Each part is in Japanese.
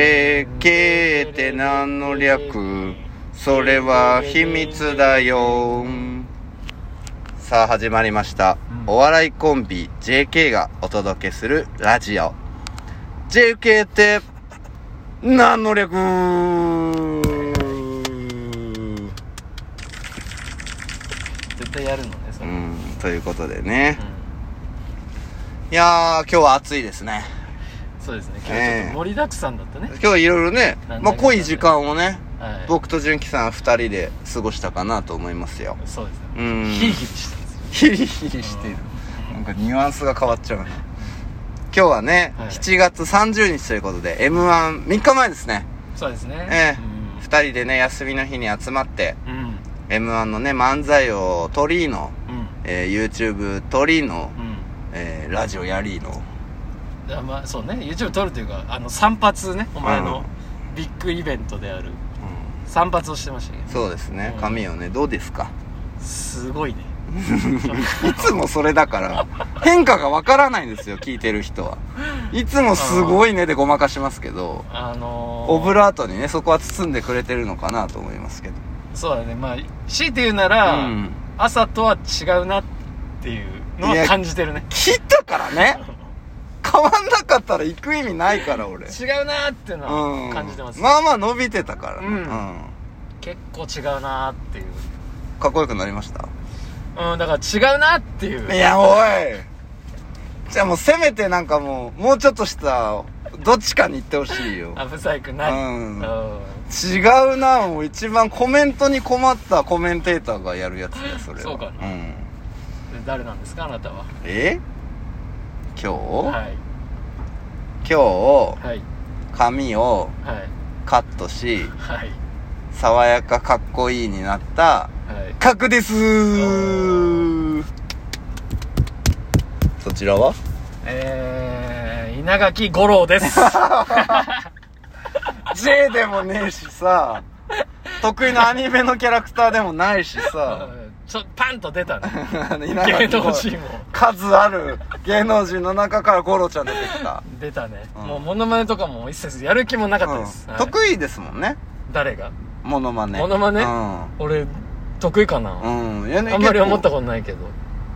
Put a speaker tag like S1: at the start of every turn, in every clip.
S1: JK って何の略それは秘密だよさあ始まりました、
S2: うん
S1: お笑いコンビ JK がお届けするラジオ JK って何の略
S2: 絶対やるのねそうれ、
S1: んということでねいやー今日は暑いですね
S2: そうですね今日
S1: え
S2: ちょっと盛りだくさんだったね、
S1: 今日いろいろね
S2: なんだかん、
S1: ま
S2: だ
S1: あ、濃い時間をね
S2: はい
S1: 僕と純喜さん2人で過ごしたかなと思いますよ
S2: そうですね、
S1: うん
S2: ヒリヒリしてたんですよ
S1: ヒリヒリしているなんかニュアンスが変わっちゃうな今日はね、
S2: はい
S1: 7月30日ということで m 1 3日前ですね
S2: そうですね
S1: ええ2人でね休みの日に集まって
S2: うんうん
S1: m 1のね漫才をトリーの、
S2: うん
S1: えー YouTube トリーの、
S2: うん
S1: えーラジオやりーの
S2: あまあそうね YouTube 撮るというかあの散髪ねお前のビッグイベントである散髪をしてましたけど
S1: そうですね
S2: うん
S1: 髪をねどうですか
S2: すごいね
S1: いつもそれだから変化がわからないんですよ聞いてる人はいつもすごいねでごまかしますけど
S2: あのー、
S1: オブラートにねそこは包んでくれてるのかなと思いますけど
S2: そうだねまあ強いて言うなら、
S1: うん
S2: 朝とは違うなっていうの
S1: いや
S2: は感じてるね
S1: 切ったからね変わんなかったら行く意味ないから俺
S2: 違うなーっていうの
S1: う
S2: は
S1: ん
S2: 感じてます、
S1: まあまあ伸びてたからね
S2: うん
S1: うん
S2: 結構違うなーっていう
S1: かっこよくなりました
S2: うんだから違うなっていう
S1: いやおいじゃあもうせめてなんかもうもうちょっとしたどっちかに行ってほしいよ
S2: あ不細工ない、
S1: うん
S2: うん
S1: 違うなもう一番コメントに困ったコメンテーターがやるやつ だよそれは、
S2: そうかなんで誰なんですかあなたは
S1: え今日、
S2: はい
S1: 今
S2: はい
S1: 日髪を
S2: はい
S1: カットし
S2: はい
S1: 爽やかかっこいいになった
S2: はい
S1: 角ですそちらは
S2: えー、稲垣吾郎です
S1: J でもねえしさ得意のアニメのキャラクターでもないし さ
S2: ちょパンと出たね
S1: 稲
S2: 芸
S1: 垣吾
S2: 能
S1: 郎
S2: 人も
S1: 数ある芸能人の中からゴロちゃん出てきた、
S2: 出たね、
S1: うん
S2: もうモノマネとかも一切やる気もなかったです、
S1: うん
S2: はい
S1: 得意ですもんね
S2: 誰が
S1: モノマネ
S2: モノマネ俺得意か
S1: う
S2: な、
S1: ん、うん、いやね
S2: あんまり思った
S1: こ
S2: ことないけど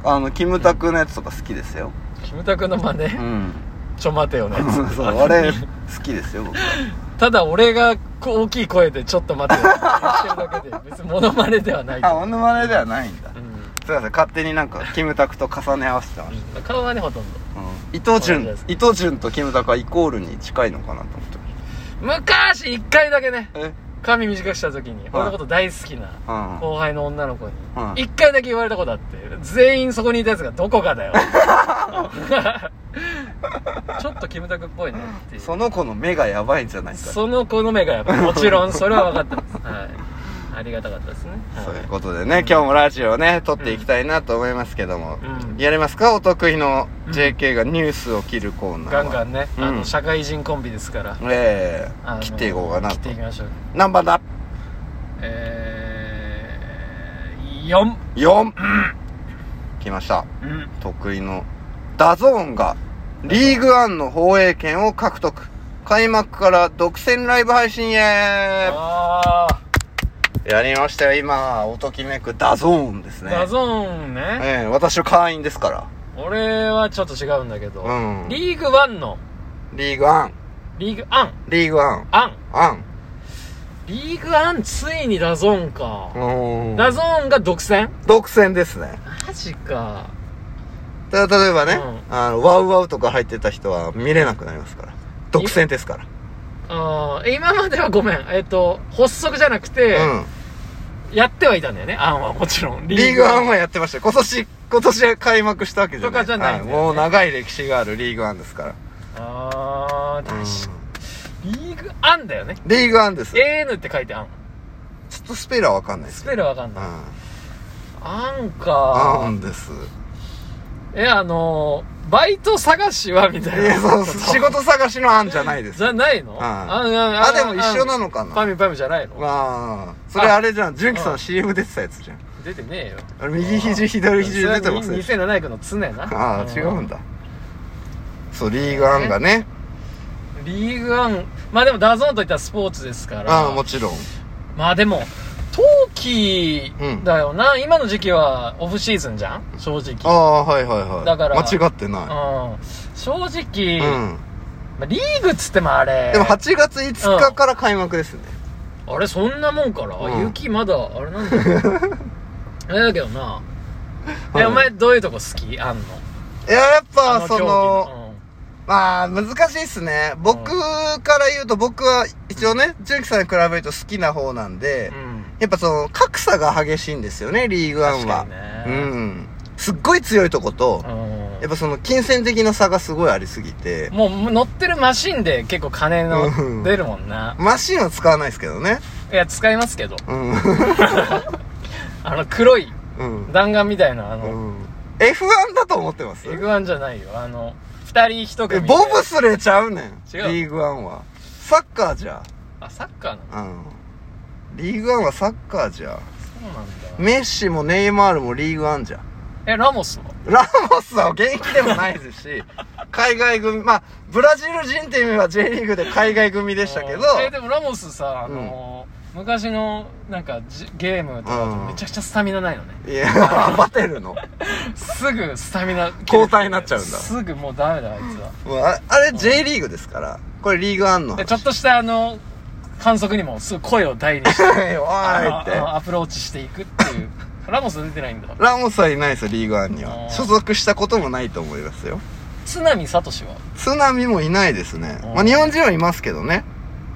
S1: とあのキムタクのやつとか好きですよ
S2: キムタクの真似、
S1: うん
S2: ちょ待てよね
S1: そうあれ好きですよ僕は
S2: ただ俺がこう大きい声でちょっと待てよって言ってるだけで別にモノマネではないと
S1: あ
S2: 思う
S1: モノマネではないんだ
S2: うん
S1: すいません勝手になんかキムタクと重ね合わせてまし
S2: 顔はねほとんど
S1: た、伊藤
S2: そうなん
S1: 潤
S2: です
S1: 伊藤潤とキムタクはイコールに近いのかなと思って
S2: 昔一回だけね
S1: え
S2: 髪短くした時に俺のこと大好きな
S1: うん
S2: 後輩の女の子に
S1: うん
S2: 一回だけ言われたことあって全員そこにいたやつがどこかだよちょっとキムタクっぽいねっていう
S1: その子の目がやばいんじゃないか
S2: その子の目がやっぱもちろんそれは分かってます、はい、ありがたかったですね、はい
S1: そういうことでね、今日もラジオね、撮っていきたいなと思いますけども。
S2: うん
S1: やりますかお得意の
S2: うん
S1: JK がニュースを切るコーナーは。
S2: ガンガンね、あ
S1: う
S2: の
S1: ん
S2: 社会人コンビですから
S1: ええ
S2: あの
S1: 切っていこうかな
S2: 切っ
S1: と
S2: てい。きましょう
S1: 何番だ
S2: えー、4
S1: ?4! 来ました。
S2: うん
S1: 得意のダゾーンがリーグワンの放映権を獲得。開幕から独占ライブ配信へ
S2: ああ
S1: やりましたよ、今、おときめくダゾーンですね。
S2: ダゾーンね
S1: ええ私は会員ですから。
S2: 俺はちょっと違うんだけど、
S1: うん
S2: リーグワンの
S1: リーグワン。
S2: リーグアン
S1: リーグワン。
S2: アン
S1: アン。
S2: リーグアンついにダゾーンか、
S1: うん
S2: ダゾーンが独占
S1: 独占ですね。
S2: マジか
S1: た例えばね、
S2: う
S1: あの、ワウワウとか入ってた人は見れなくなりますから。独占ですから。
S2: あー今まではごめんえっ、と発足じゃなくて、
S1: うん。
S2: やってはいたんだよねアンはもちろん
S1: リーグワン
S2: は
S1: はやってましたよ。今年、今年開幕したわけじゃない。
S2: とかじゃないんだよね
S1: はもう長い歴史があるリーグワンですから。
S2: あー確
S1: うん
S2: かリーグアンだよね
S1: リーグワンです。
S2: AN って書いてアン
S1: ちょっとスペルはわかんないです
S2: ス
S1: けど。
S2: ペルわかん
S1: う
S2: ない、
S1: ん。
S2: アン
S1: あ
S2: か
S1: んです。
S2: えあのーバイト探しはみ
S1: い
S2: たいな
S1: や、そう、 仕事探しの案じゃないです
S2: じ。ゃないの、あんん
S1: あ、でも一緒なのか
S2: パ
S1: な。
S2: ミュパミュじゃないの、
S1: まあ、それあれじゃん。純喜さ
S2: うんん
S1: CM 出てたやつじゃん。
S2: 出てねえよ
S1: あれ右肘、左肘出てます
S2: ね
S1: ね。
S2: 2007区の常な
S1: ああ違うん
S2: だ
S1: だそうリーグアンがね
S2: リーグワン、まあでもダゾーンといったらスポーツですから。
S1: ああ、もちろん。
S2: まあでも、冬季だよな、今の時期はオフシーズンじゃん正
S1: あ
S2: 直。
S1: あ、はいはいはい。
S2: だから
S1: 間違ってな
S2: うん。正直、
S1: い。うん。
S2: まあ、リーグっつってもあれ。
S1: でも8月5日から開幕ですね。
S2: あれ、そんなもんから、
S1: うん
S2: 雪まだ、あれな んだよ。あれだけどな。え、
S1: はい
S2: お前どういうとこ好きあんの
S1: いや、やっ
S2: あ
S1: ぱ、そ
S2: 競技
S1: の、まあ、難しいっすね。僕から言うと、僕は一応ね、純喜さんに比べると好きな方なんで
S2: う、ん。
S1: やっぱその、格差が激しいんですよね、リーグワンは
S2: 確。か
S1: う
S2: にね
S1: ん。すっごい強いとこと
S2: う、ん。
S1: やっぱその、金銭的な差がすごいありすぎて、
S2: もう乗ってるマシンで結構金
S1: うん
S2: の出るもんな。
S1: マシンは使わないですけどね。
S2: いや、使いますけど。
S1: うん。
S2: あの、黒い
S1: うん。
S2: 弾丸みたいな、あ
S1: う
S2: の、
S1: ん。F1 だと思ってます
S2: エグワンじゃないよ。あの、二人一
S1: え、
S2: 組で。
S1: ボブスレーちゃうねん。
S2: 違う
S1: リーグワンは。サッカーじゃ。
S2: あ、サッカーなの
S1: うん。リーグワンはサッカーじゃ。
S2: そうなんだ。
S1: メッシもネイマールもリーグワンじゃ。
S2: え、ラモスは
S1: ラモスは現役でもないですし、 海外組、まあ、ブラジル人っていう意味は J リーグで海外組でしたけど、
S2: え、でもラモスさ、あの、昔の、なんかじ、ゲームとか
S1: うん
S2: めちゃくちゃスタミナないのね。
S1: いや、バテるの。
S2: すぐスタミナ切れて
S1: 交代になっちゃうんだ
S2: すぐもうダメだあいつは
S1: もうああれ J リーグですから、これリーグワンの。
S2: でちょっとしたあの観測にもすぐ声を大にして
S1: はい おーいっ
S2: あの
S1: て。
S2: アプローチしていくっていうラモス出てないんだ
S1: ラモスはいないですよ、リーグワンに
S2: あ
S1: は。
S2: ー
S1: 所属したこともないと思いますよ。
S2: 津波聡は
S1: 津波もいないですね。
S2: あー
S1: まあ、日本人はいますけどね。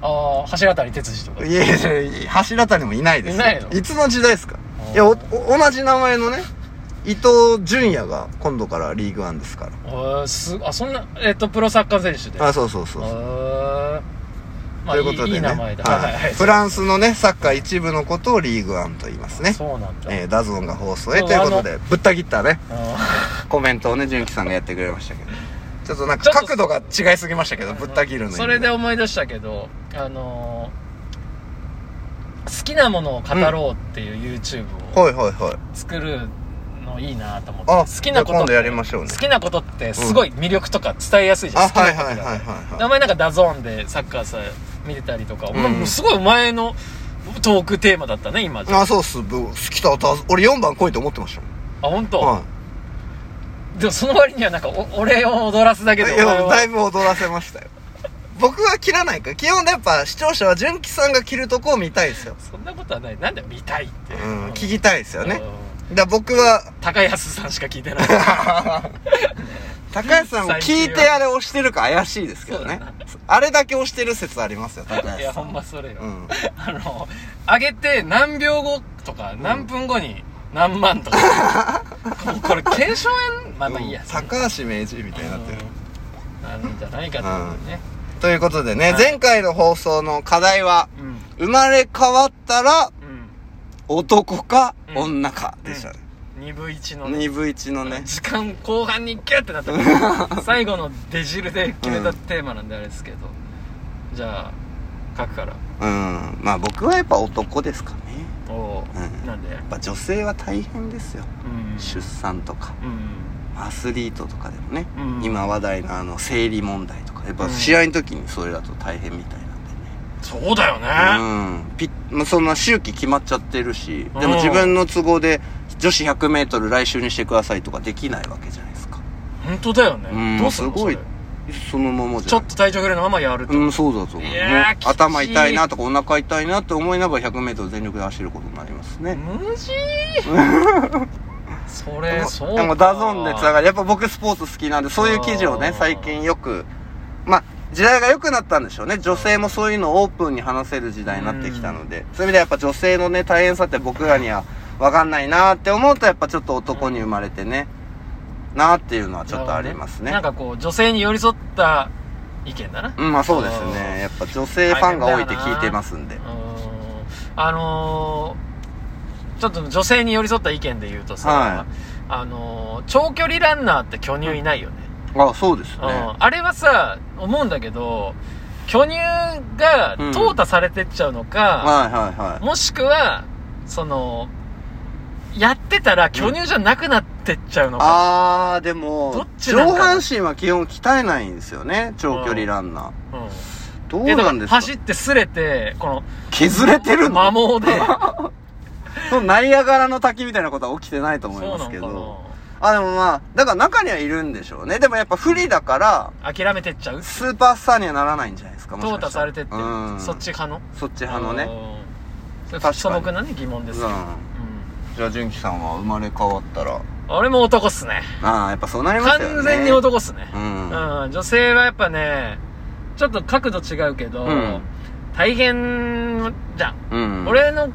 S2: ああ橋渡哲司とか
S1: いやいやいや柱谷もいないですよ
S2: いないの
S1: いつの時代ですか
S2: あー
S1: いやおお同じ名前のね伊藤純也が今度からリーグワンですから
S2: あーすあそんなえっとプロサッカー選手で
S1: あ
S2: あ
S1: そうそうそうそう
S2: ーまあ
S1: ということでね
S2: いいいい名前だ
S1: はいフ
S2: ン
S1: ランスのねサッカー一部のことをリーグワンと言いますね
S2: そうなんだ
S1: えーダゾーンが放送へ
S2: そう
S1: ということでぶった切ったね
S2: あ
S1: コメントをね純喜さんがやってくれましたけどちょっとなん
S2: ち
S1: か
S2: ょっと
S1: 角度が違いすぎましたけど
S2: ー
S1: ぶった切るのに
S2: それで思い出したけどあのー好きなものを語ろうっていう YouTube を
S1: はいはいはい
S2: 作るのいいなと思って
S1: あ
S2: 好きなこ
S1: じゃあ今
S2: と
S1: 度
S2: って
S1: やりましょうね
S2: 好きなことってすごい魅力とか伝えやすいじゃん、
S1: あ
S2: 好きな
S1: はい
S2: こと
S1: はいはい
S2: だ
S1: はい
S2: お
S1: は
S2: 前なんかダゾーンでサッカーさ見てたりとか、お前
S1: うん
S2: もうすごい前のトークテーマだったね今
S1: い
S2: じゃあ
S1: あそうっすぶ好きだダゾ俺4番来いと思ってましたもん
S2: 本当、
S1: はい
S2: でもその割にはなんかお俺を踊らすだけで
S1: い
S2: お前
S1: や
S2: は
S1: だいぶ踊らせましたよ僕は切らないから基本やっぱ視聴者は純喜さんが切るとこを見たいですよ、
S2: そんなことはないなんで見たいって、
S1: うん
S2: うん
S1: 聞きたいですよねだ
S2: う
S1: か
S2: ん
S1: ら僕は
S2: 高安さんしか聞いてない
S1: 高橋さんも聞いてあれ押してるか怪しいですけど ねあれだけ押してる説ありますよ高
S2: い
S1: 橋
S2: や
S1: さ
S2: ほ
S1: ん
S2: んまそれよ、
S1: うん
S2: あの上げて何秒後とか何分後に何万とか、 もうこれ検証やんまあまあいいや、
S1: うん高橋名人みたいになってる
S2: うんなんじゃないかと思うね、
S1: ということでね
S2: はい
S1: 前回の放送の課題は
S2: うん
S1: 「生まれ変わったら
S2: うん
S1: 男か
S2: うん
S1: 女か」でしたね
S2: 二分一のね
S1: 2分1のね
S2: 時間後半にギュッてなったか ら最後の出汁で決めたテーマなんであれですけど、じゃあ書くから
S1: うんまあ僕はやっぱ男ですかね
S2: おお、
S1: うん
S2: なんで
S1: やっぱ女性は大変ですよ
S2: うん
S1: 出産とか
S2: うん
S1: アスリートとかでもね、
S2: うん
S1: 今話題のあの生理問題とかやっぱ
S2: うん
S1: 試合の時にそれだと大変みたいなんでね
S2: そうだよね、
S1: うんピまあそんな周期決まっちゃってるしで
S2: うん
S1: も自分の都合で女子 100m 来週にしてくださいとかできないわけじゃないですか
S2: 本当だよね、
S1: うん
S2: どうすんの
S1: すごい
S2: それ
S1: そのままじ
S2: ちょ
S1: ゃ
S2: っと体調ぐらいのままやると、
S1: うんそうだと思う
S2: い
S1: も
S2: やー
S1: う
S2: きつい
S1: 頭痛いなとかお腹痛いなって思いながら 100m 全力で走ることになりますね、
S2: 無 事それ
S1: でも
S2: そう
S1: でもダゾーンでつな
S2: が
S1: がりやっぱ僕スポーツ好きなんでそういう記事を
S2: あ
S1: ね
S2: ー
S1: 最近よくまあ時代が良くなったんでしょうね女性もそういうのをオープンに話せる時代になってきたので、そういう意味でやっぱ女性のね大変さって僕らには分かんないなーって思うとやっぱちょっと男に生まれてね、なーっていうのはちょっとありますね
S2: なんかこう女性に寄り添った意見だな
S1: うんまあそうです
S2: あー
S1: ねやっぱ女性ファンが多いって聞いてますんで
S2: うーんあのー、ちょっと女性に寄り添った意見で言うとさ、
S1: はい
S2: あのー、長距離ランナーって巨乳いないよね、
S1: あそうです
S2: うん
S1: ね
S2: あれはさ思うんだけど巨乳が
S1: うん
S2: 淘汰されてっちゃうのか、
S1: はいはいはい
S2: もしくはそのやっってたら巨乳じゃなくなってっちゃうのか。
S1: あー、でも
S2: どっ、ちなん
S1: 上
S2: かな
S1: 半身は基本鍛えないんですよね、長距離ランナー。
S2: うん
S1: どう
S2: え
S1: な
S2: だか
S1: んで
S2: ら
S1: すか
S2: 走ってすれて、この、
S1: 削れてる
S2: 摩
S1: の
S2: 耗で。
S1: そのナイアガラの滝みたいなことは起きてないと 思い
S2: そう
S1: ます
S2: な
S1: け
S2: の
S1: ど。あ、でもまあ、だから中にはいるんでしょうね。でもやっぱ不利だから、
S2: かな諦めてっちゃう
S1: スーパースターにはならないんじゃないですか、もしか
S2: 淘汰
S1: した
S2: さ
S1: ら
S2: れてってる
S1: うん。
S2: そっち派の
S1: そっち派のね。
S2: あ
S1: 確
S2: の
S1: か
S2: ー
S1: に
S2: 素朴なね、疑問ですけど。
S1: う
S2: うん
S1: じゃあ、純喜さんは生まれ変わったら、
S2: んあれも男っすね。
S1: ああ、やっぱそうなりますよね。
S2: 完全に。男っすね
S1: う。
S2: うん
S1: ん。。
S2: 女性はやっぱね、ちょっと角度違うけど
S1: うん、
S2: 大変じゃん。
S1: うん。
S2: 俺の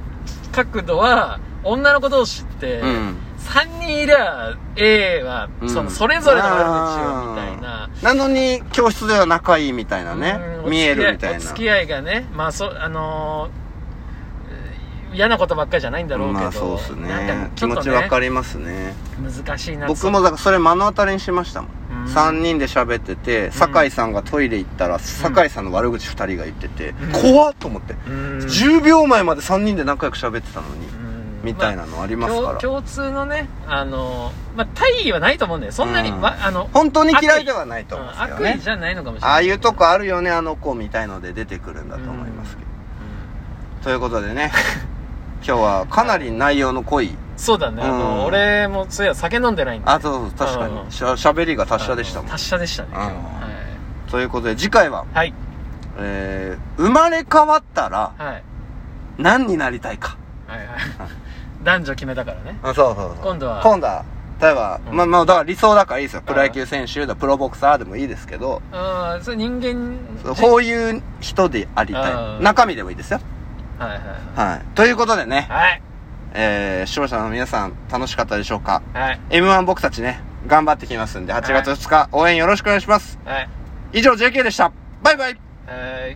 S2: 角度は、女の子同士って
S1: う、ん。
S2: 3人いりゃ、A は、その、それぞれの悪口をみたいな。
S1: なのに教室では仲いいみたいなね
S2: うん
S1: 見えるみたいな
S2: お付き合いがねまあそあのーえー嫌なことばっかりじゃないんだろうけど、
S1: まあそうっすね
S2: なんかち
S1: 気
S2: ょ
S1: 持
S2: っと
S1: ちわ
S2: ね
S1: かりますね
S2: 難しいな
S1: 僕もだからそれ目の当たりにしましたもん、
S2: うん
S1: 3人で喋ってて酒井さんがトイレ行ったら酒井さんの悪口2人が言ってて、
S2: うん
S1: 怖っと思って、
S2: うん
S1: 10秒前まで3人で仲良く喋ってたのに、
S2: うん
S1: みたいなのありますから、
S2: 共共通のねあのーまあ大意はないと思うんだよそんなに、
S1: うん
S2: わあの
S1: 本当に嫌いではないと思うんですけど
S2: 悪
S1: ね
S2: 意じゃないのかもしれない
S1: ああいうとこあるよねあの子みたいので出てくるんだと思いますけど、
S2: うん
S1: ということでね 今日はかなり内容の濃い
S2: そうだね、あ
S1: うん
S2: の俺もそういや酒飲んでないんで
S1: あそうそう確か
S2: う
S1: に
S2: ん
S1: しゃしゃべりが達者でしたも
S2: あ
S1: ん
S2: の達者でしたね今日
S1: うん
S2: は
S1: ということで次回は、
S2: はい
S1: えー、生まれ変わったら
S2: はい
S1: 何になりたいか
S2: はい はい男女決めたからね
S1: あそうそうそう
S2: 今度は
S1: 今度は例えば、
S2: うん
S1: まあまあだから理想だからいいですよプロ野球選手だプロボクサーでもいいですけど
S2: ああそれ人間
S1: そうこういう人でありた
S2: う
S1: い
S2: ん
S1: 中身でもいいですよ
S2: はいはいはい
S1: はいということでね、
S2: はい。
S1: えー、視聴者の皆さん楽しかったでしょうか
S2: はい。
S1: m 1僕たちね頑張ってきますんで8月2日応援よろしくお願いします
S2: はい。
S1: 以上 JK でしたバイバイ
S2: はい。